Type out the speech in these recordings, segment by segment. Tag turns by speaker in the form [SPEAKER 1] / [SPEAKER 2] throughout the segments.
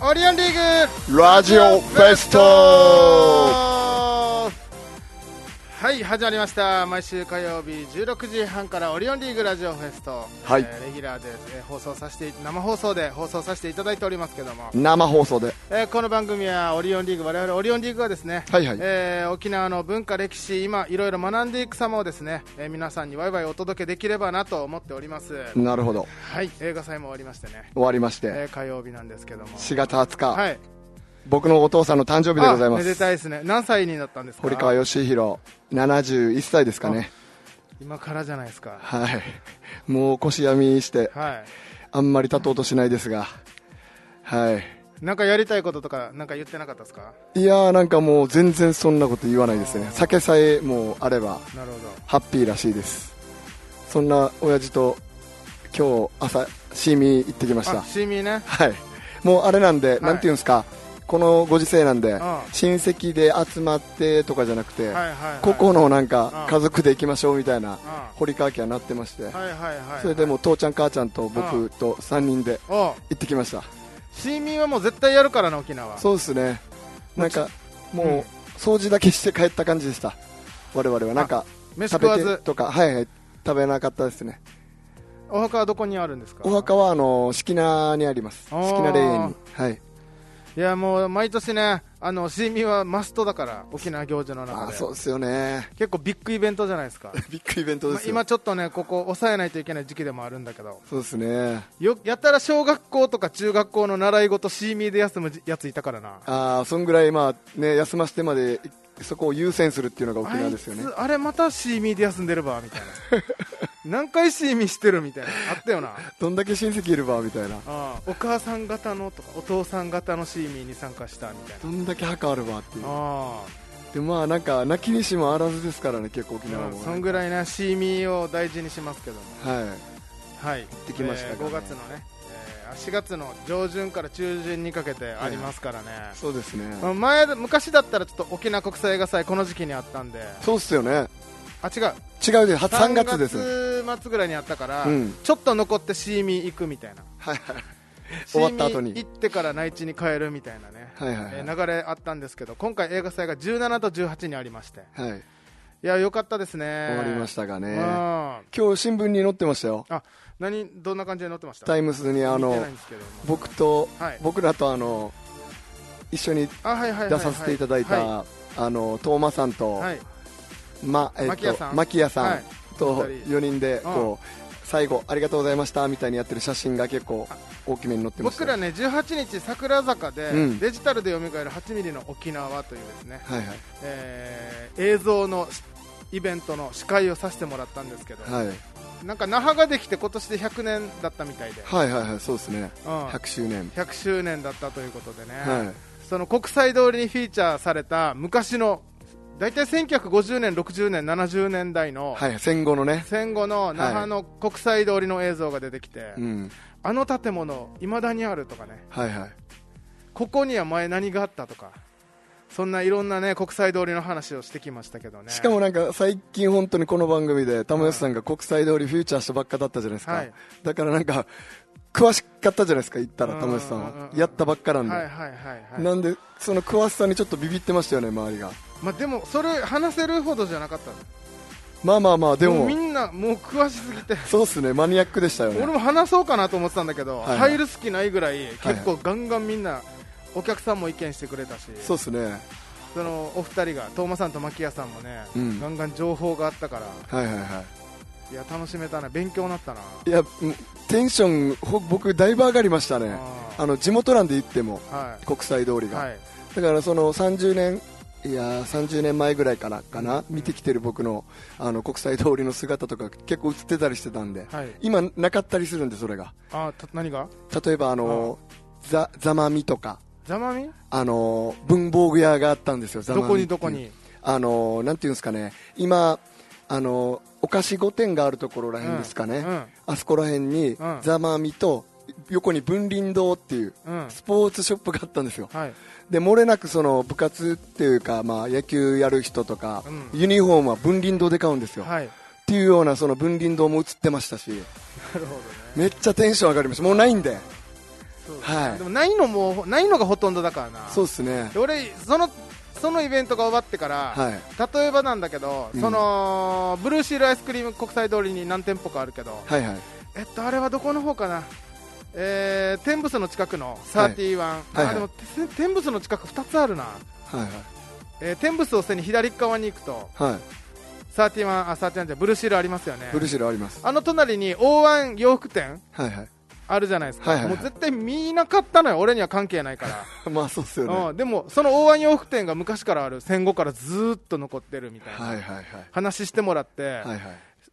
[SPEAKER 1] 어리언 리그
[SPEAKER 2] 라디오
[SPEAKER 1] 베스
[SPEAKER 2] 페스트
[SPEAKER 1] はい始まりました毎週火曜日16時半からオリオンリーグラジオフェスト、
[SPEAKER 2] はい
[SPEAKER 1] えーレギュラーで、えー放送させて生放送で放送させていただいておりますけども、
[SPEAKER 2] 生放送で
[SPEAKER 1] えーこの番組はオリオンリーグ我々オリオンリーグはですね、
[SPEAKER 2] はいはい
[SPEAKER 1] えー沖縄の文化歴史今いろいろ学んでいく様をですね、えー皆さんにワイワイお届けできればなと思っております、
[SPEAKER 2] なるほど
[SPEAKER 1] はい映画祭も終わりましてね、
[SPEAKER 2] 終わりまして
[SPEAKER 1] えー火曜日なんですけども
[SPEAKER 2] 4月20日、
[SPEAKER 1] はい
[SPEAKER 2] 僕のお父さんの誕生日でございま
[SPEAKER 1] あめですたいですね。何歳になったんですか。
[SPEAKER 2] 堀川義弘71歳ですかね
[SPEAKER 1] 今からじゃないですか。
[SPEAKER 2] はいもう腰闇して
[SPEAKER 1] は
[SPEAKER 2] あんまり立とうとしないですがはい
[SPEAKER 1] い。なんかやりたいこととかなんか言ってなかったですか。
[SPEAKER 2] いやーなんかもう全然そんなこと言わないですね酒さえもうあれば
[SPEAKER 1] なるほど。
[SPEAKER 2] ハッピーらしいですそんな親父と今日朝シーミー行ってきました
[SPEAKER 1] あ、シミね。
[SPEAKER 2] はい、もうあれなんで、
[SPEAKER 1] い
[SPEAKER 2] なんていうんですか、このご時世なんで、
[SPEAKER 1] ああ
[SPEAKER 2] 親戚で集まってとかじゃなくて、
[SPEAKER 1] はいはいはい。
[SPEAKER 2] 個々のなん
[SPEAKER 1] あ
[SPEAKER 2] か
[SPEAKER 1] あ
[SPEAKER 2] 家族で行きましょうみたいな
[SPEAKER 1] ああ
[SPEAKER 2] 堀川家はなってまして、
[SPEAKER 1] はいはいはい。
[SPEAKER 2] それでもう父ちゃん、母ちゃんと僕と3人で
[SPEAKER 1] おう。
[SPEAKER 2] 行ってきました、
[SPEAKER 1] シミはもう絶対やるからな沖縄。
[SPEAKER 2] そうですね、なんかもう
[SPEAKER 1] うん
[SPEAKER 2] 掃除だけして帰った感じでした、我々は、なんか
[SPEAKER 1] 飯
[SPEAKER 2] 食
[SPEAKER 1] 食わ
[SPEAKER 2] べて
[SPEAKER 1] ず。
[SPEAKER 2] とか、はいはい、食べなかったですね、
[SPEAKER 1] お墓はどこにあるんですか。
[SPEAKER 2] お墓はあの敷名にあります、
[SPEAKER 1] ああ
[SPEAKER 2] 敷名霊園に。はい
[SPEAKER 1] いやもう毎年ね、あのシミはマストだから沖縄行事の中
[SPEAKER 2] ああ
[SPEAKER 1] で。
[SPEAKER 2] そうですよね
[SPEAKER 1] 結構ビッグイベントじゃないですか。
[SPEAKER 2] ビッグイベントで
[SPEAKER 1] ます
[SPEAKER 2] よ、
[SPEAKER 1] 今ちょっとねここ抑えないといけない時期でもあるんだけど。
[SPEAKER 2] そうですね。
[SPEAKER 1] よやたら小学校とか中学校の習い事シーミーで休むやついたからな
[SPEAKER 2] ああ、そんぐらいまあね休ませてまでそこを優先するっていうのが沖縄ですよね
[SPEAKER 1] あい。つあれまたシーミーで休んでるばみたい な何回シーミーしてるみたいなあったよな
[SPEAKER 2] どんだけ親戚いるばみたいな。
[SPEAKER 1] ああお母さん方のとかお父さん方のシーミーに参加したみたい
[SPEAKER 2] どんだけ墓あるばっていう
[SPEAKER 1] な。あ
[SPEAKER 2] でまあなんか泣きにしもあらずですからね結構沖
[SPEAKER 1] あ、
[SPEAKER 2] 縄
[SPEAKER 1] うん
[SPEAKER 2] も。
[SPEAKER 1] そんぐらいねシーミーを大事にしますけども
[SPEAKER 2] は
[SPEAKER 1] はい行って
[SPEAKER 2] きました
[SPEAKER 1] え
[SPEAKER 2] か
[SPEAKER 1] ー
[SPEAKER 2] ね
[SPEAKER 1] 5月のね、えー4月の上旬から中旬にかけてありますからね、
[SPEAKER 2] い。そうですね。
[SPEAKER 1] まあ前昔だったらちょっと沖縄国際映画祭この時期にあったんで
[SPEAKER 2] そうっすよね。
[SPEAKER 1] あ違う
[SPEAKER 2] 違うで3月です。はい
[SPEAKER 1] 3月末ぐらいにあったから、
[SPEAKER 2] うん
[SPEAKER 1] ちょっと残ってシーミー行くみたいな
[SPEAKER 2] はい。終わった後に
[SPEAKER 1] シーミー行ってから内地に帰るみたいなね、
[SPEAKER 2] はいはいはい
[SPEAKER 1] えー流れあったんですけど今回映画祭が17と18にありまして
[SPEAKER 2] はい。
[SPEAKER 1] いやよかったですね
[SPEAKER 2] 終わりましたが
[SPEAKER 1] ね
[SPEAKER 2] ね。
[SPEAKER 1] あ
[SPEAKER 2] 今日新聞に載ってましたよ。
[SPEAKER 1] あ何どんな感じで載ってました
[SPEAKER 2] タイムズにあ
[SPEAKER 1] 見て
[SPEAKER 2] の
[SPEAKER 1] ないんですけども
[SPEAKER 2] 僕と
[SPEAKER 1] はい
[SPEAKER 2] 僕らとあの一緒に
[SPEAKER 1] あ、はいはいはいはい、
[SPEAKER 2] 出させていただい
[SPEAKER 1] は
[SPEAKER 2] たあのトーマさんと。
[SPEAKER 1] い、はい
[SPEAKER 2] ま、えっ
[SPEAKER 1] 牧谷さ
[SPEAKER 2] と、
[SPEAKER 1] ん
[SPEAKER 2] マキヤさ
[SPEAKER 1] は
[SPEAKER 2] ん
[SPEAKER 1] い
[SPEAKER 2] と
[SPEAKER 1] 二人
[SPEAKER 2] 4人で、こう、最後、ありがとうございましたみたいにやってる写真が結構大きめに載ってました。
[SPEAKER 1] 僕らね18日桜坂で、
[SPEAKER 2] うん
[SPEAKER 1] デジタルで蘇る8ミリの沖縄というですね、
[SPEAKER 2] はいはい。
[SPEAKER 1] えー映像のイベントの司会をさせてもらったんですけど、
[SPEAKER 2] はい。
[SPEAKER 1] なんか那覇ができて今年で100年だったみたいで、
[SPEAKER 2] はいはいはい、そうですね。
[SPEAKER 1] うん
[SPEAKER 2] 100周年。
[SPEAKER 1] 100周年だったということでね、
[SPEAKER 2] はい。
[SPEAKER 1] その国際通りにフィーチャーされた昔の大体1950年、60年、70年代の
[SPEAKER 2] はい、戦後のね。
[SPEAKER 1] 戦後の那覇の国際通りの映像が出てきて、
[SPEAKER 2] うん。
[SPEAKER 1] あの建物、いまだにあるとかね、
[SPEAKER 2] はいはい。
[SPEAKER 1] ここには前何があったとか、そんないろんなね国際通りの話をしてきましたけどね。
[SPEAKER 2] しかもなんか最近本当にこの番組で玉吉さんが国際通りフューチャーしたばっかだったじゃないです
[SPEAKER 1] は
[SPEAKER 2] か
[SPEAKER 1] い。
[SPEAKER 2] だからなんか、詳しかったじゃないですか、言ったら
[SPEAKER 1] うん
[SPEAKER 2] 玉吉さん
[SPEAKER 1] うんうん
[SPEAKER 2] は。
[SPEAKER 1] うん
[SPEAKER 2] やったばっかなん
[SPEAKER 1] はいはい
[SPEAKER 2] で。
[SPEAKER 1] はいはい、
[SPEAKER 2] なんで、その詳しさにちょっとビビってましたよね、周りが。
[SPEAKER 1] まあ、でもそれ話せるほどじゃなかったの
[SPEAKER 2] まあまあまあ、で
[SPEAKER 1] もう
[SPEAKER 2] も
[SPEAKER 1] み。んなもう詳しすぎて
[SPEAKER 2] そうっすね、マニアックでしたよ
[SPEAKER 1] 俺
[SPEAKER 2] ね。
[SPEAKER 1] も話そうかなと思ってたんだけど、
[SPEAKER 2] はいはい
[SPEAKER 1] 入る隙ないぐらい
[SPEAKER 2] はい
[SPEAKER 1] 結構ガンガンみんなお客さんも意見してくれたし、
[SPEAKER 2] そうっすね。
[SPEAKER 1] そのお二人がトーマさんと牧谷さんもね、
[SPEAKER 2] うん
[SPEAKER 1] ガンガン情報があったから
[SPEAKER 2] はいはいはい
[SPEAKER 1] や楽しめたな勉強になったな、
[SPEAKER 2] い。いや、うんテンション、ほ僕、だいぶ上がりましたね。
[SPEAKER 1] あー
[SPEAKER 2] あの、地元なんで言っても、
[SPEAKER 1] は
[SPEAKER 2] 国際通り
[SPEAKER 1] い
[SPEAKER 2] が。
[SPEAKER 1] はい
[SPEAKER 2] だから、その30年、いやー30年前ぐらいからかな、見てきてる僕のあの国際通りの姿とか結構映ってたりしてたんで、
[SPEAKER 1] はい
[SPEAKER 2] 今、なかったりするんで、それが
[SPEAKER 1] あた何が
[SPEAKER 2] 例えば、あのーざざまみとか、
[SPEAKER 1] ざまみ
[SPEAKER 2] あのー文房具屋があったんですよ、ざま
[SPEAKER 1] ど
[SPEAKER 2] み
[SPEAKER 1] こに
[SPEAKER 2] ってい
[SPEAKER 1] ど
[SPEAKER 2] う
[SPEAKER 1] こに
[SPEAKER 2] あのなんていうんですかね、今、あのお菓子御殿があるところらへんですかね、
[SPEAKER 1] うんうん
[SPEAKER 2] あそこらへんに
[SPEAKER 1] ん、
[SPEAKER 2] ざまみと横に文林堂っていう
[SPEAKER 1] うん
[SPEAKER 2] スポーツショップがあったんですよ
[SPEAKER 1] はい
[SPEAKER 2] で漏れなくその部活っていうか、まあ、野球やる人とか、
[SPEAKER 1] うん
[SPEAKER 2] ユニフォームは文林堂で買うんですよ、っ
[SPEAKER 1] はい
[SPEAKER 2] ていうようなその文林堂も映ってましたし
[SPEAKER 1] なるほどね
[SPEAKER 2] めっちゃテンション上がりましたもうないんで
[SPEAKER 1] そう
[SPEAKER 2] はい
[SPEAKER 1] でもないのもないのがほとんどだからな
[SPEAKER 2] そうですね
[SPEAKER 1] で俺そのそのイベントが終わってから、
[SPEAKER 2] はい
[SPEAKER 1] 例えばなんだけど、
[SPEAKER 2] うん
[SPEAKER 1] そのブルーシールアイスクリーム国際通りに何店舗かあるけど、
[SPEAKER 2] はいはい
[SPEAKER 1] えっと、あれはどこの方かな、えー、天仏の近くの31、
[SPEAKER 2] いはい
[SPEAKER 1] あでもて天仏の近く2つあるな、
[SPEAKER 2] はい
[SPEAKER 1] えー、天仏を背に左側に行くと、
[SPEAKER 2] はいはい
[SPEAKER 1] 31、あ31じゃないブルーシールありますよね、
[SPEAKER 2] ブルシールあります
[SPEAKER 1] あの隣に O1 洋服店
[SPEAKER 2] はいはい
[SPEAKER 1] あるじゃないですか、
[SPEAKER 2] はいはいはい
[SPEAKER 1] もう絶対見なかったのよ、俺には関係ないから。
[SPEAKER 2] まあそうっすよねは
[SPEAKER 1] うん、でもその大湾洋服店が昔からある戦後からずーっと残ってるみたい
[SPEAKER 2] い
[SPEAKER 1] な、
[SPEAKER 2] はいはい
[SPEAKER 1] 話してもらって、
[SPEAKER 2] はいはい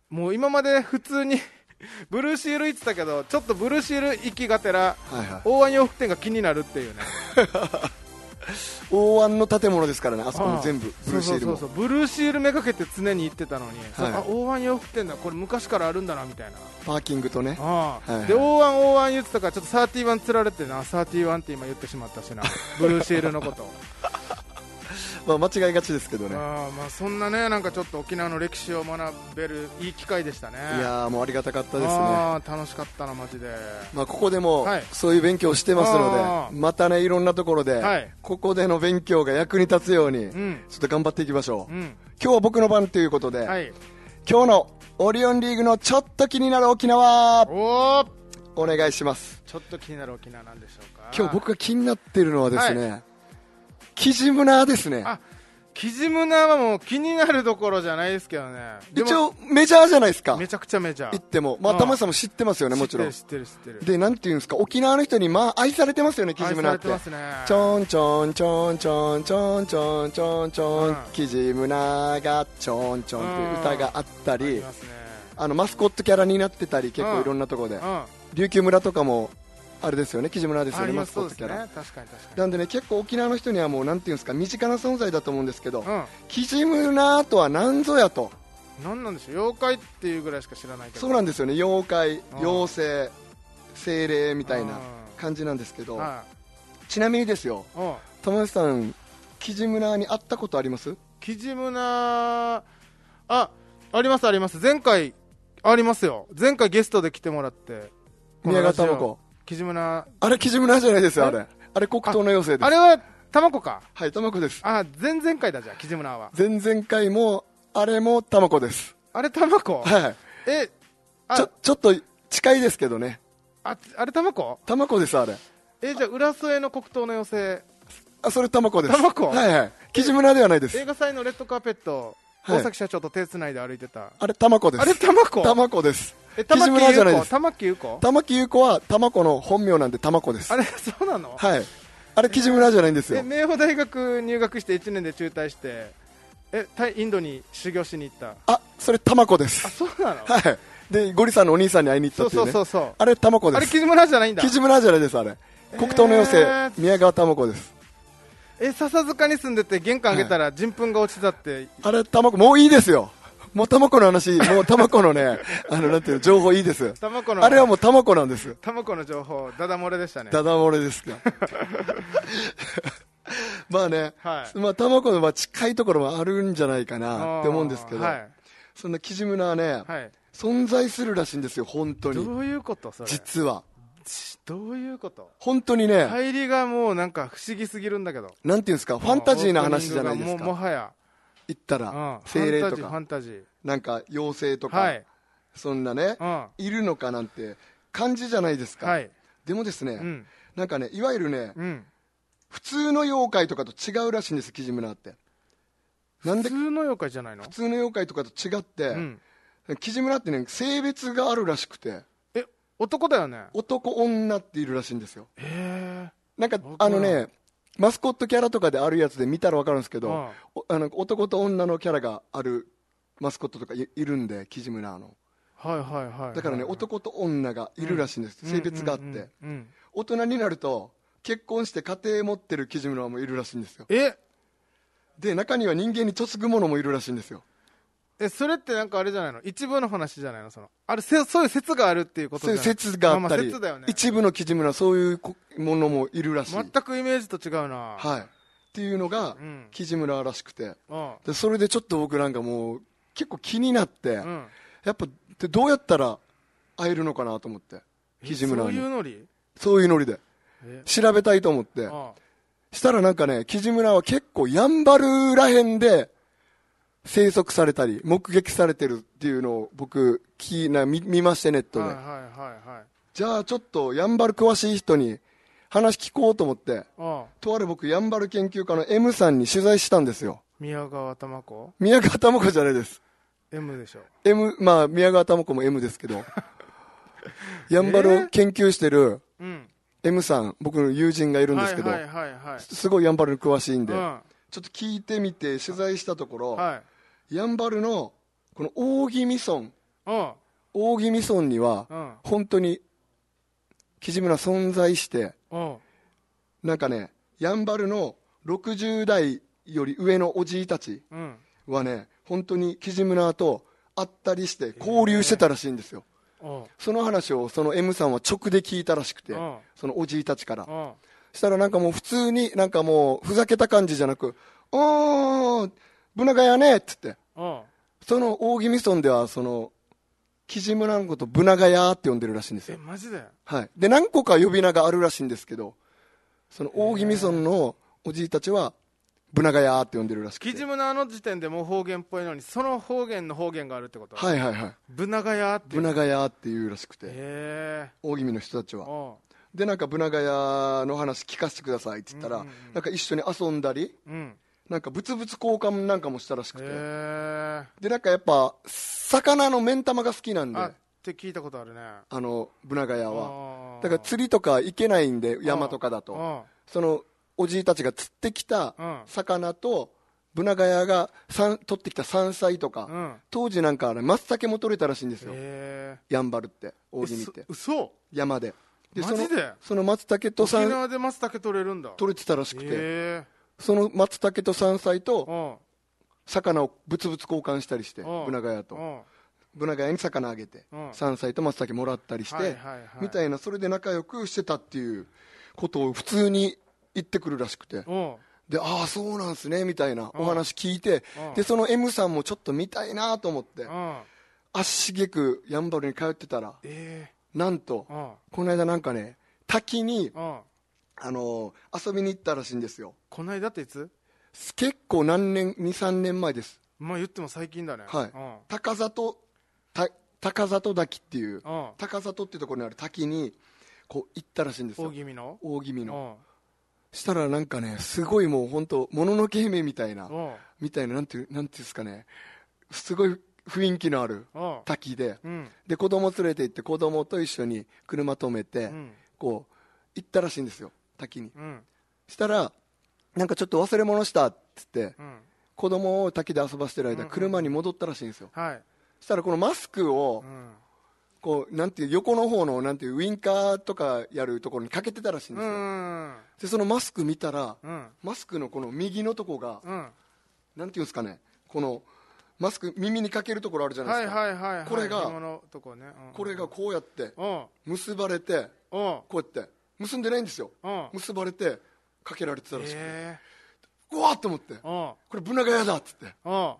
[SPEAKER 1] もう今まで普通に ブルーシール行ってたけどちょっとブルーシール行きがてら
[SPEAKER 2] はいはい
[SPEAKER 1] 大湾洋服店が気になるっていうね
[SPEAKER 2] 大湾の建物ですからねあそこも全部
[SPEAKER 1] ああ
[SPEAKER 2] ブルーシールも
[SPEAKER 1] そうそうそうそうブルーシールめがけて常に行ってたのに、そう
[SPEAKER 2] はい
[SPEAKER 1] あ大湾洋服店だこれ昔からあるんだなみたいな
[SPEAKER 2] パーキングとね
[SPEAKER 1] ああ
[SPEAKER 2] はいはい
[SPEAKER 1] で大湾大湾言ってたからちょっと31釣られてな31って今言ってしまったし なブルーシールのこと
[SPEAKER 2] まあ間違いがちですけどね
[SPEAKER 1] ああまあそんなねなんかちょっと沖縄の歴史を学べるいい機会でしたね
[SPEAKER 2] いやーもうありがたかったですね
[SPEAKER 1] ああ楽しかったなマジで
[SPEAKER 2] まあここでも
[SPEAKER 1] はい
[SPEAKER 2] そういう勉強をしてます
[SPEAKER 1] あ
[SPEAKER 2] の
[SPEAKER 1] ー
[SPEAKER 2] でまたねいろんなところで
[SPEAKER 1] はい
[SPEAKER 2] ここでの勉強が役に立つようにち
[SPEAKER 1] う
[SPEAKER 2] ょ
[SPEAKER 1] ん
[SPEAKER 2] っと頑張っていきましょう
[SPEAKER 1] うん
[SPEAKER 2] 今日は僕の番ということで
[SPEAKER 1] はい
[SPEAKER 2] 今日のオリオンリーグのちょっと気になる沖縄
[SPEAKER 1] おお
[SPEAKER 2] お願いします
[SPEAKER 1] ちょっと気になる沖縄なんでしょうか
[SPEAKER 2] 今日僕が気になってるのはですねキジムナーですね
[SPEAKER 1] あキジムナはもう気になるどころじゃないですけどねでも
[SPEAKER 2] 一応メジャーじゃないですか
[SPEAKER 1] めちゃくちゃメジャー
[SPEAKER 2] 言ってもまあ
[SPEAKER 1] うん
[SPEAKER 2] 玉井さんも知ってますよねもちろん
[SPEAKER 1] 知ってる知ってる知ってる
[SPEAKER 2] でなんていうんですか沖縄の人にまあ愛されてますよねキジムナーって
[SPEAKER 1] 愛されてますね
[SPEAKER 2] ちょんちょんちょんちょんちょんちょんちょんちょ
[SPEAKER 1] うん
[SPEAKER 2] んキジムナーがちょんちょんっていう歌があった
[SPEAKER 1] あり
[SPEAKER 2] り
[SPEAKER 1] ますね
[SPEAKER 2] あのマスコットキャラになってたり結
[SPEAKER 1] うん
[SPEAKER 2] 構いろんなとこで
[SPEAKER 1] うん
[SPEAKER 2] 琉球村とかもあれですよねキジムナーです
[SPEAKER 1] あ
[SPEAKER 2] よね
[SPEAKER 1] り
[SPEAKER 2] マ
[SPEAKER 1] ま
[SPEAKER 2] ス
[SPEAKER 1] す
[SPEAKER 2] コ
[SPEAKER 1] そ
[SPEAKER 2] ッ
[SPEAKER 1] う
[SPEAKER 2] ト
[SPEAKER 1] で
[SPEAKER 2] キ
[SPEAKER 1] す
[SPEAKER 2] ャ
[SPEAKER 1] ね
[SPEAKER 2] ラ
[SPEAKER 1] 確かに確か
[SPEAKER 2] なんでね結構沖縄の人にはもうなんていうんですか身近な存在だと思うんですけど
[SPEAKER 1] にうん
[SPEAKER 2] キジムナーとは何ぞやと
[SPEAKER 1] 何なんでしょう妖怪っていうぐらいしか知らないけど
[SPEAKER 2] そうなんですよね妖怪
[SPEAKER 1] うん
[SPEAKER 2] 妖精精霊みたいな
[SPEAKER 1] う
[SPEAKER 2] 感じなんですけ
[SPEAKER 1] ん
[SPEAKER 2] ど
[SPEAKER 1] はい
[SPEAKER 2] ちなみにですよ
[SPEAKER 1] うん
[SPEAKER 2] 友達さんキジムナーに会ったことあります
[SPEAKER 1] キジムナあありますあります前回ありますよ前回ゲストで来てもらって
[SPEAKER 2] 宮
[SPEAKER 1] このラ
[SPEAKER 2] 川
[SPEAKER 1] ジオ
[SPEAKER 2] タマコ
[SPEAKER 1] キジムナ
[SPEAKER 2] あれ、キジムナーじゃないですよ、
[SPEAKER 1] え
[SPEAKER 2] あれ。あれ、黒糖の妖精で
[SPEAKER 1] あ
[SPEAKER 2] す。
[SPEAKER 1] れはタマコか
[SPEAKER 2] はい、タマコです。
[SPEAKER 1] あ前々回だじゃあキジムナは
[SPEAKER 2] 前々回も、あれもタマコです。
[SPEAKER 1] あれタマコ
[SPEAKER 2] はい。
[SPEAKER 1] え
[SPEAKER 2] ち
[SPEAKER 1] あ
[SPEAKER 2] ょ、ちょっと近いですけどね。
[SPEAKER 1] ああれタマコ
[SPEAKER 2] タマコです、あれ。
[SPEAKER 1] えじゃあ浦添の黒糖の妖
[SPEAKER 2] あ、それタマコです。
[SPEAKER 1] タマコ
[SPEAKER 2] はいはい。キジムナーではないで
[SPEAKER 1] 精映
[SPEAKER 2] す。
[SPEAKER 1] 画祭のレッドカーペット
[SPEAKER 2] はい
[SPEAKER 1] 大崎社長と手つないで歩いてた、
[SPEAKER 2] あれ、タマコで
[SPEAKER 1] あれ
[SPEAKER 2] す。
[SPEAKER 1] タマコ
[SPEAKER 2] タマコです。
[SPEAKER 1] え
[SPEAKER 2] キ
[SPEAKER 1] 玉
[SPEAKER 2] ジ
[SPEAKER 1] 木
[SPEAKER 2] ムナーじゃない
[SPEAKER 1] 優
[SPEAKER 2] で
[SPEAKER 1] 子
[SPEAKER 2] す。
[SPEAKER 1] 玉木優子
[SPEAKER 2] 玉木優子はタマコの本名なんでタマコです。
[SPEAKER 1] あ
[SPEAKER 2] は
[SPEAKER 1] れそうなの
[SPEAKER 2] い。あれ、キジムナーじゃないんです
[SPEAKER 1] え
[SPEAKER 2] よ。
[SPEAKER 1] 明法大学入学して1年で中退してえタイインドに修行しに行った
[SPEAKER 2] あ、それタマコで
[SPEAKER 1] あ
[SPEAKER 2] す。
[SPEAKER 1] そうなの、
[SPEAKER 2] はい。で、ゴリさんのお兄さんに会いに行った
[SPEAKER 1] そ
[SPEAKER 2] っ
[SPEAKER 1] う
[SPEAKER 2] てい
[SPEAKER 1] そうう
[SPEAKER 2] ね。
[SPEAKER 1] そうそう
[SPEAKER 2] あれ、タマコ
[SPEAKER 1] あ
[SPEAKER 2] で
[SPEAKER 1] れ
[SPEAKER 2] す。
[SPEAKER 1] キジムラじゃないんだ
[SPEAKER 2] キジムナーじゃないです、あれ。黒糖の
[SPEAKER 1] え
[SPEAKER 2] 妖
[SPEAKER 1] ー
[SPEAKER 2] 精、宮川タマコです。
[SPEAKER 1] え笹塚に住んでて玄関開けたら人糞が落ちたって、
[SPEAKER 2] あれ、タマコ、もういいですよ。もうタマコ の話、もうタマコのね、あの、なんていうの、情報いいです。
[SPEAKER 1] タマコの
[SPEAKER 2] あれはもうタマコなんです。
[SPEAKER 1] タマコの情報ダダ漏れでしたね
[SPEAKER 2] ダダ漏 れですか。まあね、
[SPEAKER 1] はい
[SPEAKER 2] まあタマコのまあ近いところもあるんじゃないか
[SPEAKER 1] あ
[SPEAKER 2] な
[SPEAKER 1] ー
[SPEAKER 2] って思うんですけど、
[SPEAKER 1] はい、
[SPEAKER 2] そんなキジムナはね、
[SPEAKER 1] はい、
[SPEAKER 2] 存在するらしいんですよ、本当に。
[SPEAKER 1] どういうことそれ
[SPEAKER 2] 実は。
[SPEAKER 1] どういうこと
[SPEAKER 2] 本当にね、
[SPEAKER 1] 入りがもうなんか不思議すぎるんだけど
[SPEAKER 2] なんていうんですか、ファンタジーな話じゃないで
[SPEAKER 1] オープ
[SPEAKER 2] す
[SPEAKER 1] ニングがもう
[SPEAKER 2] か。
[SPEAKER 1] もはや、
[SPEAKER 2] 言った
[SPEAKER 1] うん、フ
[SPEAKER 2] ら、精霊
[SPEAKER 1] ァンタ
[SPEAKER 2] と
[SPEAKER 1] ジーフ
[SPEAKER 2] か
[SPEAKER 1] ァ、ンタジー
[SPEAKER 2] なんか妖精とか、
[SPEAKER 1] はい、
[SPEAKER 2] そんなね、
[SPEAKER 1] うん、
[SPEAKER 2] いるのかなんて感じじゃないですか。
[SPEAKER 1] はい
[SPEAKER 2] でもですね、
[SPEAKER 1] うん
[SPEAKER 2] なんかね、いわゆるね、
[SPEAKER 1] うん
[SPEAKER 2] 普通の妖怪とかと違うらしいんです、キジムナーって。な
[SPEAKER 1] 普
[SPEAKER 2] んで普
[SPEAKER 1] 通の妖怪じゃないの
[SPEAKER 2] 通の妖怪とかと違って、
[SPEAKER 1] うん
[SPEAKER 2] キジムナーってね、性別があるらしくて、
[SPEAKER 1] え男だよね
[SPEAKER 2] 男、女っているらしいんですよ。
[SPEAKER 1] へ
[SPEAKER 2] なんか
[SPEAKER 1] 僕、は
[SPEAKER 2] あのね、マスコットキャラとかであるやつで見たら分かるんですけど、
[SPEAKER 1] うん
[SPEAKER 2] おあの男と女のキャラがあるマスコットとかいいるんで、キジムナーの。
[SPEAKER 1] えはいはいはいはい
[SPEAKER 2] だからね、男と女がいるらしいんです、性別があって。
[SPEAKER 1] うんうんうんうん
[SPEAKER 2] 大人になると結婚して家庭持ってるキジムナーもいるらしいんですよ
[SPEAKER 1] え
[SPEAKER 2] で中には人間に嫁ぐものもいるらしいんですよ
[SPEAKER 1] えそれってなんかあれじゃないの一部の話じゃないのそのあれせそういう説があるっていうことじゃ
[SPEAKER 2] そうい
[SPEAKER 1] な
[SPEAKER 2] う
[SPEAKER 1] い
[SPEAKER 2] 説があった
[SPEAKER 1] まあまあ
[SPEAKER 2] り、
[SPEAKER 1] 説だよね
[SPEAKER 2] 一部の記事村はそういうこものもいるらしい、
[SPEAKER 1] 全くイメージと違うな
[SPEAKER 2] はい、っていうのが
[SPEAKER 1] うん
[SPEAKER 2] 記事村らしくて
[SPEAKER 1] うん
[SPEAKER 2] でそれでちょっと僕なんかもう結構気になって、
[SPEAKER 1] うん
[SPEAKER 2] やっぱでどうやったら会えるのかなと思って記事村
[SPEAKER 1] そう
[SPEAKER 2] に
[SPEAKER 1] いうノリ
[SPEAKER 2] そういうノリで
[SPEAKER 1] え
[SPEAKER 2] 調べたいと思って
[SPEAKER 1] あ
[SPEAKER 2] したらなんかね、キジ村は結構やんばるらへんで生息されたり、目撃されてるっていうのを僕、きな見見ましてネッ
[SPEAKER 1] あ
[SPEAKER 2] ト
[SPEAKER 1] はい
[SPEAKER 2] で
[SPEAKER 1] はい。はいはい
[SPEAKER 2] じゃあちょっとやんばる詳しい人に話聞こうと思って、
[SPEAKER 1] ああ
[SPEAKER 2] とある僕、やんばる研究家の M さんに取材したんですよ。
[SPEAKER 1] 宮川玉子
[SPEAKER 2] 宮川智子じゃないです。
[SPEAKER 1] M でしょ
[SPEAKER 2] M、まあ宮川智子も M です けど、やんばるを研究してる
[SPEAKER 1] うん、
[SPEAKER 2] M さん、僕の友人がいるんですけど、
[SPEAKER 1] はいはいはいはい
[SPEAKER 2] すごいやんばるに詳しいんで、
[SPEAKER 1] うん
[SPEAKER 2] ちょっと聞いてみて取材したところ、
[SPEAKER 1] はい
[SPEAKER 2] やんばるのこの大宜味村
[SPEAKER 1] うん
[SPEAKER 2] 大宜味村には
[SPEAKER 1] うん
[SPEAKER 2] 本当に木地村存在して
[SPEAKER 1] うん
[SPEAKER 2] なんかねやんばるの60代より上のおじいたち
[SPEAKER 1] うん
[SPEAKER 2] はね本当に木地村と会ったりして交流してたらしいんですよ、
[SPEAKER 1] うん
[SPEAKER 2] その話をその M さんは直で聞いたらしくて、
[SPEAKER 1] うん
[SPEAKER 2] そのおじいたちから
[SPEAKER 1] うん
[SPEAKER 2] したらなんかもう普通になんかもうふざけた感じじゃなく「おーぶながやね」っつって
[SPEAKER 1] うん
[SPEAKER 2] その大宜味村ではその木地村のことブナガヤーって呼んでるらしいんです
[SPEAKER 1] え
[SPEAKER 2] よ、
[SPEAKER 1] マジで
[SPEAKER 2] はい、で何個か呼び名があるらしいんですけどその大宜味村のおじいたちはブナガヤーって呼んでるらしく
[SPEAKER 1] キ
[SPEAKER 2] て
[SPEAKER 1] ジムのあの時点でもう方言っぽいのにその方言の方言があるってこと
[SPEAKER 2] はいはいはい
[SPEAKER 1] ブナガヤってい
[SPEAKER 2] ブ
[SPEAKER 1] う
[SPEAKER 2] ナガヤーっていうらしくて
[SPEAKER 1] へ
[SPEAKER 2] 大宜味の人たち
[SPEAKER 1] え
[SPEAKER 2] は
[SPEAKER 1] お
[SPEAKER 2] でなんかブナガヤの話聞かせてくださいって言ったら、
[SPEAKER 1] うんうんうん
[SPEAKER 2] なんか一緒に遊んだり
[SPEAKER 1] ううん
[SPEAKER 2] なんか物々交換なんかもしたらしくて、
[SPEAKER 1] へえ
[SPEAKER 2] でなんかやっぱ魚の目ん玉が好きなんで
[SPEAKER 1] あっ
[SPEAKER 2] あ
[SPEAKER 1] て聞いたことあるね
[SPEAKER 2] のブナガヤは
[SPEAKER 1] あー
[SPEAKER 2] だから釣りとか行けないんで山とかだと
[SPEAKER 1] あ
[SPEAKER 2] そのおじいたちが釣ってきた
[SPEAKER 1] うん
[SPEAKER 2] 魚とブナガヤがさん取ってきた山菜と
[SPEAKER 1] う
[SPEAKER 2] か
[SPEAKER 1] ん
[SPEAKER 2] 当時なんかあれ松茸も取れたらしいんですよ
[SPEAKER 1] へえ
[SPEAKER 2] やんばるって大宜味って
[SPEAKER 1] うそ
[SPEAKER 2] 山ででそ
[SPEAKER 1] マ
[SPEAKER 2] の
[SPEAKER 1] ジで
[SPEAKER 2] その松茸と
[SPEAKER 1] 沖
[SPEAKER 2] 山
[SPEAKER 1] 縄で松茸取れるんだ
[SPEAKER 2] 取れてたらしくて
[SPEAKER 1] へえ
[SPEAKER 2] その松茸と山菜と
[SPEAKER 1] うん
[SPEAKER 2] 魚を物々交換したりして
[SPEAKER 1] うん
[SPEAKER 2] ブナガヤ
[SPEAKER 1] う
[SPEAKER 2] と
[SPEAKER 1] ん
[SPEAKER 2] ブナガヤに魚あげて
[SPEAKER 1] うん
[SPEAKER 2] 山菜と松茸もらったりし
[SPEAKER 1] はい
[SPEAKER 2] て
[SPEAKER 1] はいはい
[SPEAKER 2] みたいなそれで仲良くしてたっていうことを普通に言ってくるらしくて
[SPEAKER 1] うん
[SPEAKER 2] でああそうなんすねみたいなお話聞いて
[SPEAKER 1] うん
[SPEAKER 2] でその M さんもちょっと見たいなと思って
[SPEAKER 1] うん
[SPEAKER 2] 足しげくやんばるに通ってたら
[SPEAKER 1] え
[SPEAKER 2] なんと
[SPEAKER 1] えうん
[SPEAKER 2] この間なんかね滝に、
[SPEAKER 1] うん
[SPEAKER 2] あのー遊びに行ったらしいんですよ
[SPEAKER 1] こないだっていつ
[SPEAKER 2] 結構何年23年前です
[SPEAKER 1] まあ言っても最近だね
[SPEAKER 2] はい
[SPEAKER 1] うん
[SPEAKER 2] 高里た高里滝っていう
[SPEAKER 1] うん
[SPEAKER 2] 高里っていうところにある滝にこう行ったらしいんです
[SPEAKER 1] 大
[SPEAKER 2] よ
[SPEAKER 1] 気味の
[SPEAKER 2] 大宜味の
[SPEAKER 1] の
[SPEAKER 2] したらなんかねすごいもう本当もののけ姫みたいな
[SPEAKER 1] うんうん
[SPEAKER 2] みたいななんていうなんていうんですかねすごい雰囲気のある
[SPEAKER 1] うん
[SPEAKER 2] 滝で
[SPEAKER 1] うん
[SPEAKER 2] で子供連れて行って子供と一緒に車止めて、
[SPEAKER 1] うん
[SPEAKER 2] こう行ったらしいんですよ滝に
[SPEAKER 1] うん
[SPEAKER 2] したらなんかちょっと忘れ物したっつって
[SPEAKER 1] うん
[SPEAKER 2] 子供を滝で遊ばしてる
[SPEAKER 1] うんう
[SPEAKER 2] 間
[SPEAKER 1] ん
[SPEAKER 2] 車に戻ったらしいんですよ
[SPEAKER 1] はい
[SPEAKER 2] したらこのマスクを
[SPEAKER 1] うん
[SPEAKER 2] こうなんていう横の方のなんていうウインカーとかやるところにかけてたらしいん
[SPEAKER 1] う
[SPEAKER 2] ですよ
[SPEAKER 1] ん
[SPEAKER 2] でそのマスク見たら
[SPEAKER 1] うん
[SPEAKER 2] マスクのこの右のとこが
[SPEAKER 1] うん
[SPEAKER 2] なんていうんですかねこのマスク耳にかけるところあるじゃな
[SPEAKER 1] は
[SPEAKER 2] いで
[SPEAKER 1] い
[SPEAKER 2] すか、
[SPEAKER 1] はいはいはい
[SPEAKER 2] これが
[SPEAKER 1] 紐のとこねうん
[SPEAKER 2] これがこうやって
[SPEAKER 1] うん
[SPEAKER 2] 結ばれて
[SPEAKER 1] うん
[SPEAKER 2] こうやって結んでないんですよ
[SPEAKER 1] うん
[SPEAKER 2] 結ばれてかけられてたらしくて、
[SPEAKER 1] え
[SPEAKER 2] うわーっと思って
[SPEAKER 1] えうん
[SPEAKER 2] これブナガヤだっつって
[SPEAKER 1] うん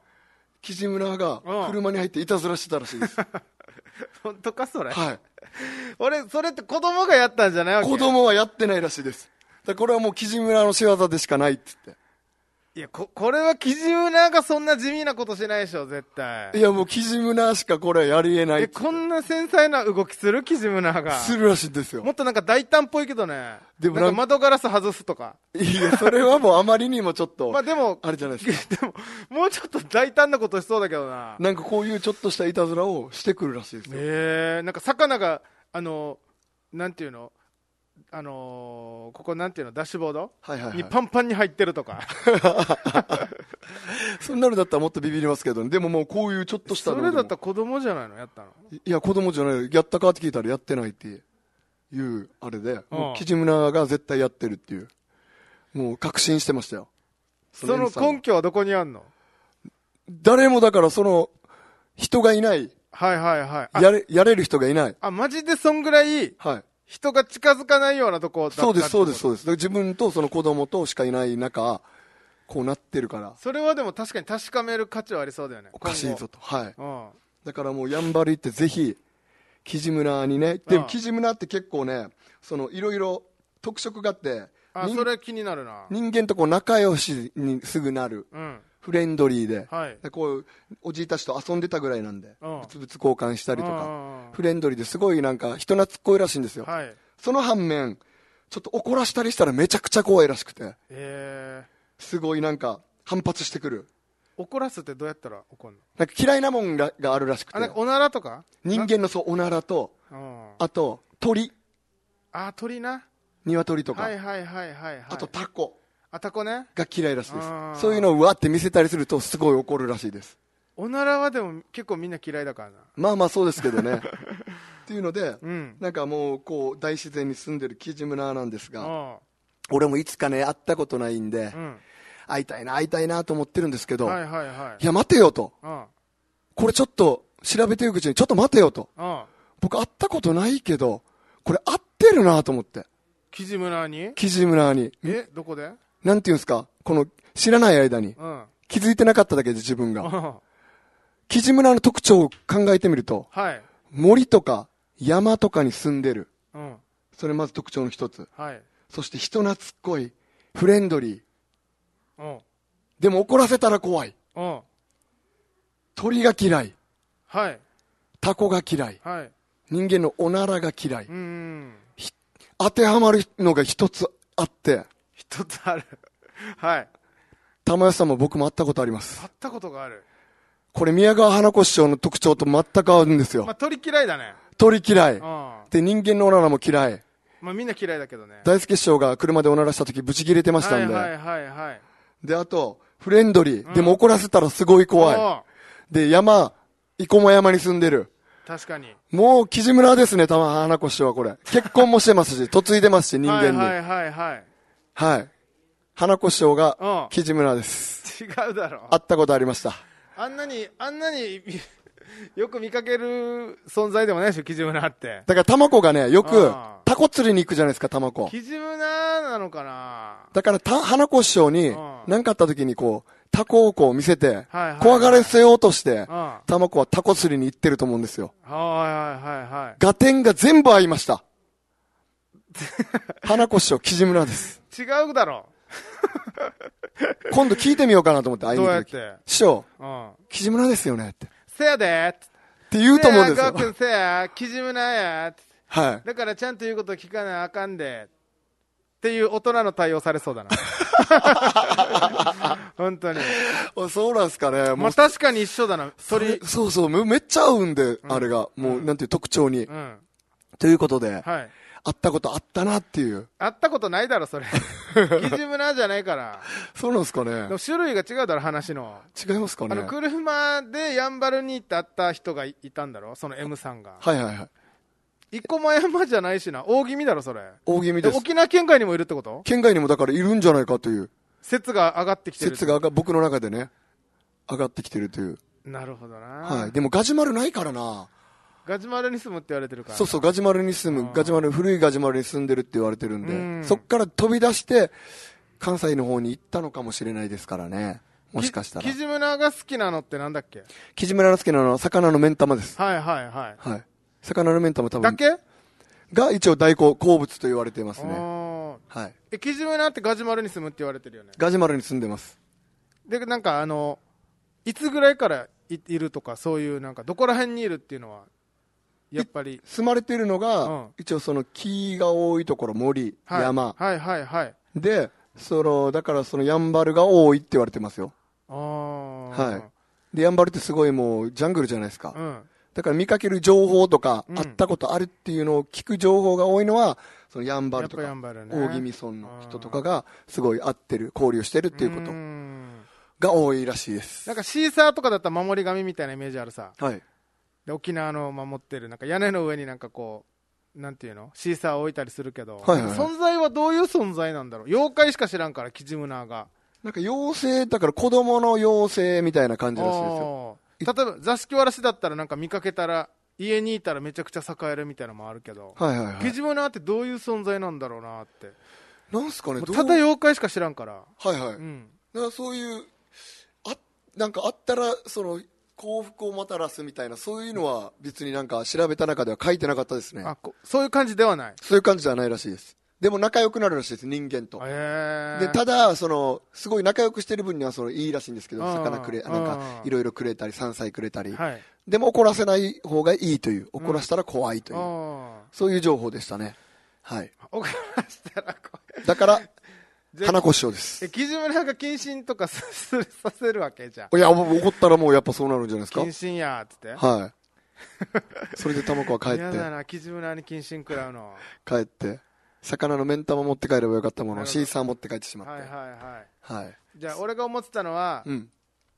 [SPEAKER 2] キジムラが
[SPEAKER 1] うん
[SPEAKER 2] 車に入っていたずらしてたらしい です
[SPEAKER 1] 本当かそれ
[SPEAKER 2] はい
[SPEAKER 1] 俺それって子供がやったんじゃないわけ
[SPEAKER 2] 子供はやってないらしいですだからこれはもうキジムラの仕業でしかないっつっ
[SPEAKER 1] いやここれは基準なんかそんな地味なことしないでしょ絶対
[SPEAKER 2] ていやもうキジムラしかこれはやりえないっ
[SPEAKER 1] え
[SPEAKER 2] つっ
[SPEAKER 1] こんな繊細な動きするキジムナー
[SPEAKER 2] て
[SPEAKER 1] が
[SPEAKER 2] するらしいんですよ
[SPEAKER 1] もっとなんか大胆っぽいけどねで
[SPEAKER 2] でも
[SPEAKER 1] も
[SPEAKER 2] な
[SPEAKER 1] なんんか窓ガラス外すとか
[SPEAKER 2] いやそれはもうあまりにもちょっと
[SPEAKER 1] まあでも
[SPEAKER 2] あれじゃないです
[SPEAKER 1] でももうちょっと大胆なことしそうだけどな
[SPEAKER 2] なんかこういうちょっとしたいたずらをしてくるらしいですよ
[SPEAKER 1] えー、なんか魚があのなんていうのあのーここなんていうのダッシュボード、
[SPEAKER 2] はいはい、はい
[SPEAKER 1] に、パンパンに入ってるとか
[SPEAKER 2] そんなのだったらもっとビビりますけどねでももうこういうちょっとした
[SPEAKER 1] そ
[SPEAKER 2] の
[SPEAKER 1] れだった
[SPEAKER 2] で
[SPEAKER 1] ら子供じゃないのやったの
[SPEAKER 2] もいや子供じゃないやったかって聞いたらやってないっていうあれでもうキジムナが絶対やってるっていうもう確信してましたよ
[SPEAKER 1] その
[SPEAKER 2] その M さん
[SPEAKER 1] 根拠はどこにあんの
[SPEAKER 2] 誰もだからその人がいない。
[SPEAKER 1] はいはいはい。あ
[SPEAKER 2] やれ、やれる人がいない。
[SPEAKER 1] あ、マジでそんぐらい
[SPEAKER 2] はい。
[SPEAKER 1] 人が近づかないようなとこだった
[SPEAKER 2] そうです、そうです、
[SPEAKER 1] う
[SPEAKER 2] そうです。だから自分とその子供としかいない中、こうなってるから、
[SPEAKER 1] それはでも確かに確かめる価値はありそうだよね。
[SPEAKER 2] おかしいぞと。はい。
[SPEAKER 1] 今後。
[SPEAKER 2] だからもうやんばる行ってぜひ、キジムナーにね。で
[SPEAKER 1] ああ
[SPEAKER 2] もキジムナーって結構ね、そのいろいろ特色があって、
[SPEAKER 1] うん。あ、
[SPEAKER 2] 人
[SPEAKER 1] それ気になるな。
[SPEAKER 2] 人間とこう仲良しにすぐなる。
[SPEAKER 1] うん。
[SPEAKER 2] フレンドリーで。
[SPEAKER 1] はい。
[SPEAKER 2] でこう、おじいたちと遊んでたぐらいなんで、
[SPEAKER 1] ああ
[SPEAKER 2] 物々交換したりとか、
[SPEAKER 1] か
[SPEAKER 2] フレンドリーですごいなんか人懐っこいらしいんですよ。
[SPEAKER 1] はい。
[SPEAKER 2] その反面、ちょっと怒らしたりしたらめちゃくちゃ怖いらしくて、
[SPEAKER 1] え
[SPEAKER 2] すごいなんか反発してくる。
[SPEAKER 1] ー、怒らすってどうやったら怒るの
[SPEAKER 2] なんか嫌いなもんががあるらしくて
[SPEAKER 1] あ、なん、かおならとか
[SPEAKER 2] 人間のそう、おならと、
[SPEAKER 1] うん。
[SPEAKER 2] あと、鳥、
[SPEAKER 1] あ、鳥な。
[SPEAKER 2] 鶏とか、
[SPEAKER 1] はいはいはいはいはい。
[SPEAKER 2] あとタコ
[SPEAKER 1] あたこね。
[SPEAKER 2] が嫌いらしいで
[SPEAKER 1] あー
[SPEAKER 2] す。そういうのをうわって見せたりするとすごい怒るらしいです。
[SPEAKER 1] おならはでも結構みんな嫌いだからな。
[SPEAKER 2] まあまあそうですけ どね。っていうので、
[SPEAKER 1] うん。
[SPEAKER 2] なんかもうこう大自然に住んでるキジムナーなんですが、
[SPEAKER 1] あ
[SPEAKER 2] 俺もいつかね、会ったことないんで
[SPEAKER 1] う、ん。
[SPEAKER 2] 会いたいな、会いたいなと思ってるんですけど、
[SPEAKER 1] はい
[SPEAKER 2] い、
[SPEAKER 1] はいはい。
[SPEAKER 2] や、待てよと。
[SPEAKER 1] あ
[SPEAKER 2] これちょっと、調べていくうちに、ちょっと待てよと。
[SPEAKER 1] あ。
[SPEAKER 2] 僕会ったことないけど、これ合ってるなと思って。
[SPEAKER 1] キジ村に
[SPEAKER 2] キジ村に。
[SPEAKER 1] えどこで
[SPEAKER 2] なんていうんですかこの、知らない間に。
[SPEAKER 1] うん。
[SPEAKER 2] 気づいてなかっただけで自分 が。
[SPEAKER 1] は
[SPEAKER 2] キジ村の特徴を考えてみると、
[SPEAKER 1] い。
[SPEAKER 2] 森とか山とかに住んでる。
[SPEAKER 1] うん。
[SPEAKER 2] それまず特徴の一つ。
[SPEAKER 1] はい。
[SPEAKER 2] そして人懐っこい。フレンドリー。
[SPEAKER 1] うん。
[SPEAKER 2] でも怒らせたら怖い。
[SPEAKER 1] うん。
[SPEAKER 2] 鳥が嫌い。
[SPEAKER 1] はい。
[SPEAKER 2] タコが嫌い。
[SPEAKER 1] はい。。
[SPEAKER 2] 人間のおならが嫌いう
[SPEAKER 1] ん。
[SPEAKER 2] 当てはまるのが一つあって、
[SPEAKER 1] 一つある。 はい。
[SPEAKER 2] 玉吉さんも僕も会ったことあります。
[SPEAKER 1] 会ったことがある。
[SPEAKER 2] これ宮川花子師匠の特徴と全く合うんです
[SPEAKER 1] ま
[SPEAKER 2] よ
[SPEAKER 1] あ、。鳥嫌いだね。
[SPEAKER 2] 鳥嫌
[SPEAKER 1] う
[SPEAKER 2] い
[SPEAKER 1] ん。。ま
[SPEAKER 2] で、人間のおならも嫌い。
[SPEAKER 1] あ、みんな嫌いだけどね。
[SPEAKER 2] 大輔師匠が車でおならした時ブチ切れてまし
[SPEAKER 1] は
[SPEAKER 2] た
[SPEAKER 1] い
[SPEAKER 2] んで。
[SPEAKER 1] はいはいはい。
[SPEAKER 2] で、あと、フレンドリー。
[SPEAKER 1] うん
[SPEAKER 2] でも怒らせたらすごい怖
[SPEAKER 1] おう
[SPEAKER 2] い。で、山、生駒山に住んでる。
[SPEAKER 1] 確かに。
[SPEAKER 2] もう、木地村ですね、玉川花子師匠はこれ。結婚もしてますし、嫁いでますし、人間に。
[SPEAKER 1] は
[SPEAKER 2] はい
[SPEAKER 1] はいはい
[SPEAKER 2] い。花子師匠
[SPEAKER 1] うん
[SPEAKER 2] が、木地村です。
[SPEAKER 1] はい。違うだろ。
[SPEAKER 2] 会ったことありました。
[SPEAKER 1] あんなに、あんなに、 よく見かける存在でもないでしょ、キジムナって。
[SPEAKER 2] だから、タマコがね、よく
[SPEAKER 1] あー、
[SPEAKER 2] タコ釣りに行くじゃないですか、タマコ。
[SPEAKER 1] キジムナなのかな
[SPEAKER 2] だから、た、花子師匠に
[SPEAKER 1] あ、ー
[SPEAKER 2] 何かあった時にこう、タコをこう見せて
[SPEAKER 1] はいはい、
[SPEAKER 2] 怖がらせようとして
[SPEAKER 1] うん。、は
[SPEAKER 2] タマコはタコ釣りに行ってると思うんですよ。
[SPEAKER 1] いはいはいはい。
[SPEAKER 2] ガテンが全部合いました。花子師匠、木地村です。
[SPEAKER 1] 違うだろ
[SPEAKER 2] 今度聞いてみようかなと思って、会い
[SPEAKER 1] ど
[SPEAKER 2] に
[SPEAKER 1] う
[SPEAKER 2] 行
[SPEAKER 1] や
[SPEAKER 2] っ
[SPEAKER 1] ったて
[SPEAKER 2] 時。師匠、
[SPEAKER 1] うん
[SPEAKER 2] 木地村ですよねって。っ
[SPEAKER 1] せやで
[SPEAKER 2] て言うと思うんです
[SPEAKER 1] せや
[SPEAKER 2] よ
[SPEAKER 1] ガ。クせやキジムナや
[SPEAKER 2] はい。
[SPEAKER 1] だからちゃんと言うこと聞かなあかんでっていう大人の対応されそうだな 本当に
[SPEAKER 2] あそうなんすかね。も
[SPEAKER 1] ま
[SPEAKER 2] う
[SPEAKER 1] あ、確かに一緒だな鳥
[SPEAKER 2] そうそう、めめっちゃ合うんで、あれが。もう、なんていう特徴に
[SPEAKER 1] う。ん
[SPEAKER 2] ということで、
[SPEAKER 1] はい
[SPEAKER 2] 会ったことあったなっていう。
[SPEAKER 1] 会ったことないだろそれ キジムナじゃないから
[SPEAKER 2] そうなんすか
[SPEAKER 1] で
[SPEAKER 2] ね
[SPEAKER 1] も。種類が違うだろ話の
[SPEAKER 2] 違いますか
[SPEAKER 1] あ
[SPEAKER 2] ね
[SPEAKER 1] の。車でやんばるに行って会った人がいいたんだろその M さんが
[SPEAKER 2] はいはいはい。
[SPEAKER 1] 一個も山じゃないしな大気味だろそれ
[SPEAKER 2] 大気味
[SPEAKER 1] で
[SPEAKER 2] です。
[SPEAKER 1] 沖縄県外にもいるってこと
[SPEAKER 2] 県外にもだからいるんじゃないかという
[SPEAKER 1] 説が上がってきてる
[SPEAKER 2] 説が上が僕の中でね、上がってきてるという。
[SPEAKER 1] なるほどな、
[SPEAKER 2] はい。でもガジュマルないからな。
[SPEAKER 1] ガジュマルに住むって言われてるから
[SPEAKER 2] そうそう、ガジュマルに住む、ガジュマル、古いガジュマルに住んでるって言われてるんで、
[SPEAKER 1] うん
[SPEAKER 2] そっから飛び出して、関西の方に行ったのかもしれないですからね。もしかしたら
[SPEAKER 1] キ。ジムナが好きなのってなんだっけ
[SPEAKER 2] 木地村之助のあの、魚の目ん玉です。
[SPEAKER 1] はいはいはい
[SPEAKER 2] はい。魚の目ん玉多
[SPEAKER 1] だ
[SPEAKER 2] 分、
[SPEAKER 1] け、
[SPEAKER 2] が一応大好好物と言われてますね。
[SPEAKER 1] ああ
[SPEAKER 2] はい。
[SPEAKER 1] えキジムナってガジュマルに住むって言われてるよね
[SPEAKER 2] ガジュマルに住んでます。
[SPEAKER 1] でなんかあのいつぐらいからいいるとかそういうなんかどこら辺にいるっていうのはやっぱり
[SPEAKER 2] 住まれてるのが、
[SPEAKER 1] うん
[SPEAKER 2] 一応その木が多いところ、森、
[SPEAKER 1] はい
[SPEAKER 2] 山、
[SPEAKER 1] はいはいはい
[SPEAKER 2] で、その、だからそのヤンバルが多いって言われてますよ。
[SPEAKER 1] ああ
[SPEAKER 2] はい。で、ヤンバルってすごいもうジャングルじゃないですか。
[SPEAKER 1] うん
[SPEAKER 2] だから見かける情報とか、
[SPEAKER 1] うん
[SPEAKER 2] 会ったことあるっていうのを聞く情報が多いのは、そのヤンバ
[SPEAKER 1] やっ
[SPEAKER 2] ルと
[SPEAKER 1] ぱやん
[SPEAKER 2] か、
[SPEAKER 1] ばるね
[SPEAKER 2] 大宜味村の人とかが、すごい会ってる、交流してるっていうこと
[SPEAKER 1] ん
[SPEAKER 2] が多いらしいです。
[SPEAKER 1] なんかシーサーとかだったら守り神みたいなイメージあるさ
[SPEAKER 2] はい。
[SPEAKER 1] で沖縄の守ってるなんか屋根の上になんかこうなんていうのシーサーを置いたりするけど、
[SPEAKER 2] はいはいはい
[SPEAKER 1] 存在はどういう存在なんだろう妖怪しか知らんからキジムナーが
[SPEAKER 2] なんか妖精、だから子供の妖精みたいな感じらしいですよ。
[SPEAKER 1] おー
[SPEAKER 2] い
[SPEAKER 1] 例えば座敷わらしだったらなんか見かけたら家にいたらめちゃくちゃ栄えるみたいなのもあるけど、
[SPEAKER 2] はいはいは
[SPEAKER 1] キ
[SPEAKER 2] い。
[SPEAKER 1] ジムナーってどういう存在なんだろうなって
[SPEAKER 2] なんすかね、
[SPEAKER 1] もう
[SPEAKER 2] どう
[SPEAKER 1] ただ妖怪しか知らんから、
[SPEAKER 2] はいはい。
[SPEAKER 1] うん、
[SPEAKER 2] なんかそういう、あ、なんかあったら、その、幸福をもたらすみたいな、そういうのは別になんか調べた中では書いてなかったですね。
[SPEAKER 1] あこそういう感じではない
[SPEAKER 2] そういう感じじゃないらしいです。でも仲良くなるらしいです、人間と。
[SPEAKER 1] へ
[SPEAKER 2] で、ただ、その、すごい仲良くしてる分には、その、いいらしいんですけど、
[SPEAKER 1] うん
[SPEAKER 2] 魚くれ、なんか、
[SPEAKER 1] うん
[SPEAKER 2] いろいろくれたり、山菜くれたり。
[SPEAKER 1] はい
[SPEAKER 2] でも怒らせない方がいいという、怒らせたら怖いと
[SPEAKER 1] あ
[SPEAKER 2] いう、
[SPEAKER 1] ー
[SPEAKER 2] そういう情報でしたね。はい。
[SPEAKER 1] おからしたらこれ
[SPEAKER 2] だから、
[SPEAKER 1] じゃあ
[SPEAKER 2] 花子師匠です。
[SPEAKER 1] えキジムナーが謹慎とかすすさせるわけじゃん
[SPEAKER 2] いや、もう怒ったらもうやっぱそうなるんじゃないですか
[SPEAKER 1] 謹。慎やーっつって
[SPEAKER 2] はい。それで玉子は帰
[SPEAKER 1] 嫌だ
[SPEAKER 2] っ
[SPEAKER 1] なキジムナーに謹慎食らう の
[SPEAKER 2] て、帰って、魚の目ん玉持って帰ればよかったもの
[SPEAKER 1] なる
[SPEAKER 2] を
[SPEAKER 1] ほど
[SPEAKER 2] シーサー持って帰ってしま
[SPEAKER 1] はいはい
[SPEAKER 2] って。
[SPEAKER 1] は
[SPEAKER 2] はい。
[SPEAKER 1] いじゃあ俺が思ってたのは、
[SPEAKER 2] うん。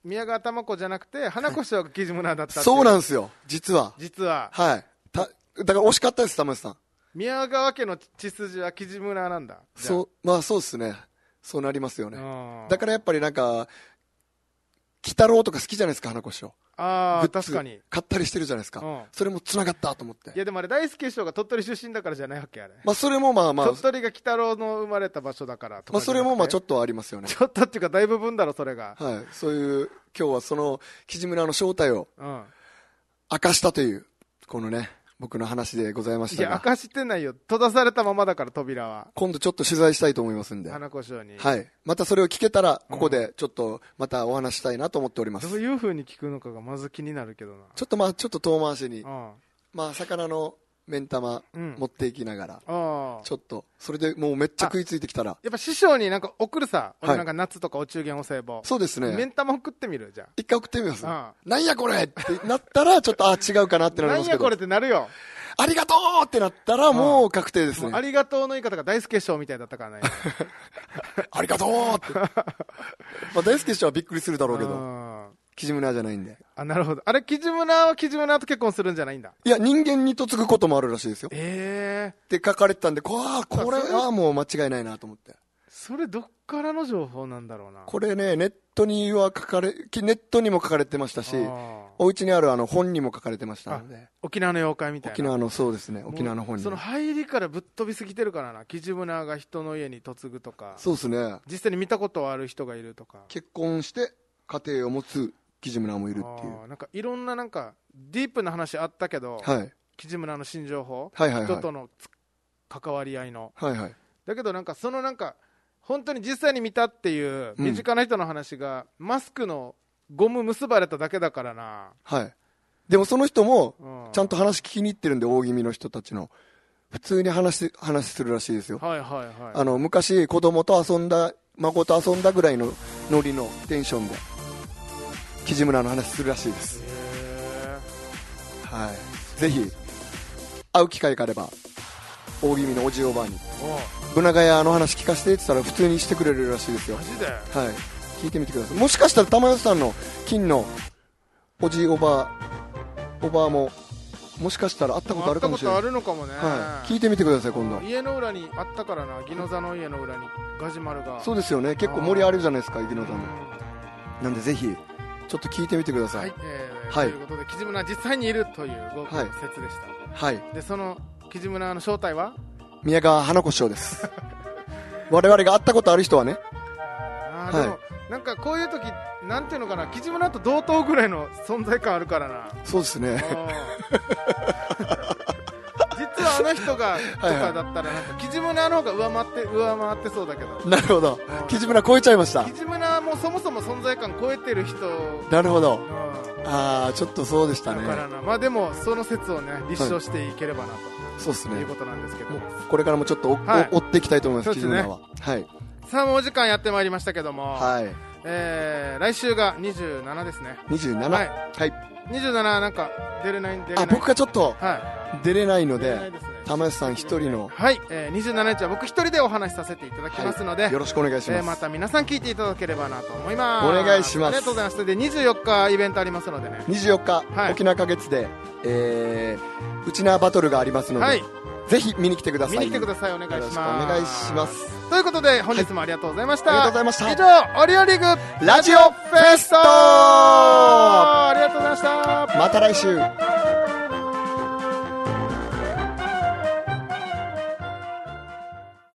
[SPEAKER 1] 宮川玉子じゃなくて花子師匠がキジムナーだったってい
[SPEAKER 2] そうなんですよ、実は。
[SPEAKER 1] 実は
[SPEAKER 2] はい。た、だから惜しかったです、玉内さん。
[SPEAKER 1] 宮川家の血筋はキジムナーなんだ
[SPEAKER 2] そう、まあそうですね。そうなりますよ
[SPEAKER 1] う
[SPEAKER 2] ね。だ
[SPEAKER 1] だ
[SPEAKER 2] からやっぱりなんか、鬼太郎とか好きじゃないですか、花子師匠。
[SPEAKER 1] あ
[SPEAKER 2] グ
[SPEAKER 1] あ
[SPEAKER 2] ッズ
[SPEAKER 1] 確かに
[SPEAKER 2] 買ったりしてるじゃないですか。
[SPEAKER 1] うん
[SPEAKER 2] それも繋がったと思っ
[SPEAKER 1] い
[SPEAKER 2] て。
[SPEAKER 1] やでもあれ大輔師匠が鳥取出身だからじゃないわけあれ、
[SPEAKER 2] まあそれもまあまあ、
[SPEAKER 1] 鳥取が鬼太郎の生まれた場所だからと
[SPEAKER 2] ま
[SPEAKER 1] か
[SPEAKER 2] あそれもまあちょ
[SPEAKER 1] っ
[SPEAKER 2] っとはありますよね
[SPEAKER 1] と。 ちょっとっていうかだいぶ分だろそれが、
[SPEAKER 2] はい。そういう、今日はその、木地村の正体を
[SPEAKER 1] うん
[SPEAKER 2] 明かしたという、このね、僕の話でございまし
[SPEAKER 1] い
[SPEAKER 2] た
[SPEAKER 1] や明
[SPEAKER 2] が、
[SPEAKER 1] かしてないよ閉ざされたままだから扉は
[SPEAKER 2] 今度ちょっと取材したいと思いますんで、は
[SPEAKER 1] 花子師匠に、
[SPEAKER 2] い。またそれを聞けたら、ここでちょっとまたお話したいなと思っております。
[SPEAKER 1] どういうふうに聞くのかがまず気になるけどな
[SPEAKER 2] ちょっとまあ、ちょっと遠回しに
[SPEAKER 1] う、んあ
[SPEAKER 2] まあ、魚の目ん玉
[SPEAKER 1] うん
[SPEAKER 2] 持っていきながら、
[SPEAKER 1] あ
[SPEAKER 2] ちょっと、それでもうめっちゃ食いついてきたら、
[SPEAKER 1] やっぱ師匠になんか送るさ、
[SPEAKER 2] はい
[SPEAKER 1] 俺なんか夏とかお中元お歳暮
[SPEAKER 2] そうです
[SPEAKER 1] 目
[SPEAKER 2] ね
[SPEAKER 1] ん。玉送ってみるじゃ
[SPEAKER 2] 一回送ってみます。
[SPEAKER 1] あ
[SPEAKER 2] なんやこれってなったら、ちょっと、あ、違うかなって
[SPEAKER 1] あな
[SPEAKER 2] なりま
[SPEAKER 1] ん
[SPEAKER 2] すけ
[SPEAKER 1] や
[SPEAKER 2] ど
[SPEAKER 1] これっ、てなるよ
[SPEAKER 2] ありがとうってなったら、もう確定です
[SPEAKER 1] も
[SPEAKER 2] ね
[SPEAKER 1] う。ありがとうの言い方が大輔師匠みたいだったからね
[SPEAKER 2] ありがとう って。まあ、大輔師匠はびっくりするだろうけ
[SPEAKER 1] う
[SPEAKER 2] ど、
[SPEAKER 1] ん
[SPEAKER 2] キジムナーじゃないんで。
[SPEAKER 1] あなるほどあれキジムナーはキジムナーと結婚するんじゃないんだ
[SPEAKER 2] いや、人間に嫁ぐこともあるらしいですよ。っ
[SPEAKER 1] ええ
[SPEAKER 2] て書かれてたんで、こわーこれはもう間違いないなと思って。
[SPEAKER 1] それどっからの情報なんだろうな
[SPEAKER 2] これね、ネットには書かれ、きネットにも書かれてましたし、
[SPEAKER 1] あー
[SPEAKER 2] お家にあるあの本にも書かれてましたので、
[SPEAKER 1] 沖縄の妖怪みたいな
[SPEAKER 2] 沖縄の、そうですね、
[SPEAKER 1] もう
[SPEAKER 2] 沖縄の本に
[SPEAKER 1] その。入りからぶっ飛びすぎてるからなキジムナーが人の家に嫁ぐとか
[SPEAKER 2] そうですね。
[SPEAKER 1] 実際に見たことある人がいるとか
[SPEAKER 2] 結婚して家庭を持つキジムナーもいるっていう
[SPEAKER 1] あ。ーなんかいろんななんかディープな話あったけど、
[SPEAKER 2] はい。
[SPEAKER 1] キジムナーの新情報、
[SPEAKER 2] はいはい
[SPEAKER 1] 人
[SPEAKER 2] は
[SPEAKER 1] とのつ関わり合いの
[SPEAKER 2] い。はいはい。
[SPEAKER 1] だけどなんかそのなんか本当に実際に見たっていう
[SPEAKER 2] うん
[SPEAKER 1] 身近な人の話が、マスクのゴム結ばれただけだからな、
[SPEAKER 2] はい。でもその人も、
[SPEAKER 1] う
[SPEAKER 2] ちゃんと話聞きに行ってるんで、大気味の人たちの。普通に話し、話するらしいですよ。
[SPEAKER 1] はいはいはい
[SPEAKER 2] あの、昔、子供と遊んだ、孫と遊んだぐらいのノリのテンションで、キジムナーの話するらしいです。
[SPEAKER 1] へ
[SPEAKER 2] はい。ぜひ、会う機会があれば、大気味のおじおばあに、
[SPEAKER 1] ーお
[SPEAKER 2] ブナガヤの話聞かせてって言ったら普通にしてくれるらしいですよ
[SPEAKER 1] マ。ジで
[SPEAKER 2] はい。聞いてみてください。もしかしたら玉吉さんの金のおじおばあ、おばあも、もしかしたら会ったことあるかもしれな
[SPEAKER 1] あっ。
[SPEAKER 2] い
[SPEAKER 1] たことあるのかもね、
[SPEAKER 2] はい。聞いてみてください、今度。
[SPEAKER 1] 家の裏にあったからなギノザの家の裏にガジュマルが
[SPEAKER 2] そう
[SPEAKER 1] う
[SPEAKER 2] ですよね。結構盛り上がるじゃないですか、池野さんも。
[SPEAKER 1] ん
[SPEAKER 2] なんでぜひ、ちょっと聞いてみてくださ
[SPEAKER 1] はいい。、えー
[SPEAKER 2] はい
[SPEAKER 1] ということでキジムナー実際にいるという豪華な説でした、
[SPEAKER 2] はい。
[SPEAKER 1] でそのキジムナーの正体は
[SPEAKER 2] 宮川花子師匠です。 我々が会ったことある人はね。
[SPEAKER 1] あー
[SPEAKER 2] はい
[SPEAKER 1] でもなんかこういう時なんていうのかなキジムナーと同等ぐらいの存在感あるからな
[SPEAKER 2] そうですね。
[SPEAKER 1] 実はあの人がとかだったらなんかキジムナーの方が上回って上回ってそうだけど
[SPEAKER 2] なるほど。木地村超えちゃいました
[SPEAKER 1] キ。ジムナーもそもそも存在感超えてる人うん
[SPEAKER 2] なるほど。あー、ちょっとそうでした
[SPEAKER 1] だ
[SPEAKER 2] ね。
[SPEAKER 1] からなまあでもその説をね立証していければな
[SPEAKER 2] そうです
[SPEAKER 1] という
[SPEAKER 2] ね
[SPEAKER 1] こ。となんですけど
[SPEAKER 2] も
[SPEAKER 1] も、
[SPEAKER 2] うこれからもちょっとお
[SPEAKER 1] はい
[SPEAKER 2] お追っていきたいと思いま
[SPEAKER 1] そう
[SPEAKER 2] す、
[SPEAKER 1] で
[SPEAKER 2] 木
[SPEAKER 1] すね
[SPEAKER 2] 地村は。はい。
[SPEAKER 1] さあもうお時間やってまいりましたけども、
[SPEAKER 2] はい。
[SPEAKER 1] えー来週が27ですね
[SPEAKER 2] 27。
[SPEAKER 1] はい
[SPEAKER 2] はい。
[SPEAKER 1] 27なんか出れないんで
[SPEAKER 2] あ、僕がちょっと
[SPEAKER 1] は
[SPEAKER 2] 出れない
[SPEAKER 1] い
[SPEAKER 2] の
[SPEAKER 1] 出れないで
[SPEAKER 2] で、
[SPEAKER 1] すね
[SPEAKER 2] 玉吉さん一人の、
[SPEAKER 1] はい、えー、27日は僕一人でお話しさせていただきますので、
[SPEAKER 2] はいよろしくお願いし
[SPEAKER 1] え
[SPEAKER 2] ま
[SPEAKER 1] ー
[SPEAKER 2] す。
[SPEAKER 1] また皆さん聞いていただければなと思います
[SPEAKER 2] お願いします
[SPEAKER 1] ありがとうございますそれで24日イベントありますのでね
[SPEAKER 2] 24日、
[SPEAKER 1] はい
[SPEAKER 2] 沖縄花月で、えー、ウチナーバトルがありますので、
[SPEAKER 1] はい
[SPEAKER 2] ぜひ見に来てください
[SPEAKER 1] 見に来てくださいお願いします
[SPEAKER 2] よろしくお願いします
[SPEAKER 1] ということで本日もありがとうございました、
[SPEAKER 2] はいありがとうございまし
[SPEAKER 1] 以上オリオリーグ
[SPEAKER 2] ラジオフェスト
[SPEAKER 1] ありがとうございました
[SPEAKER 2] また来週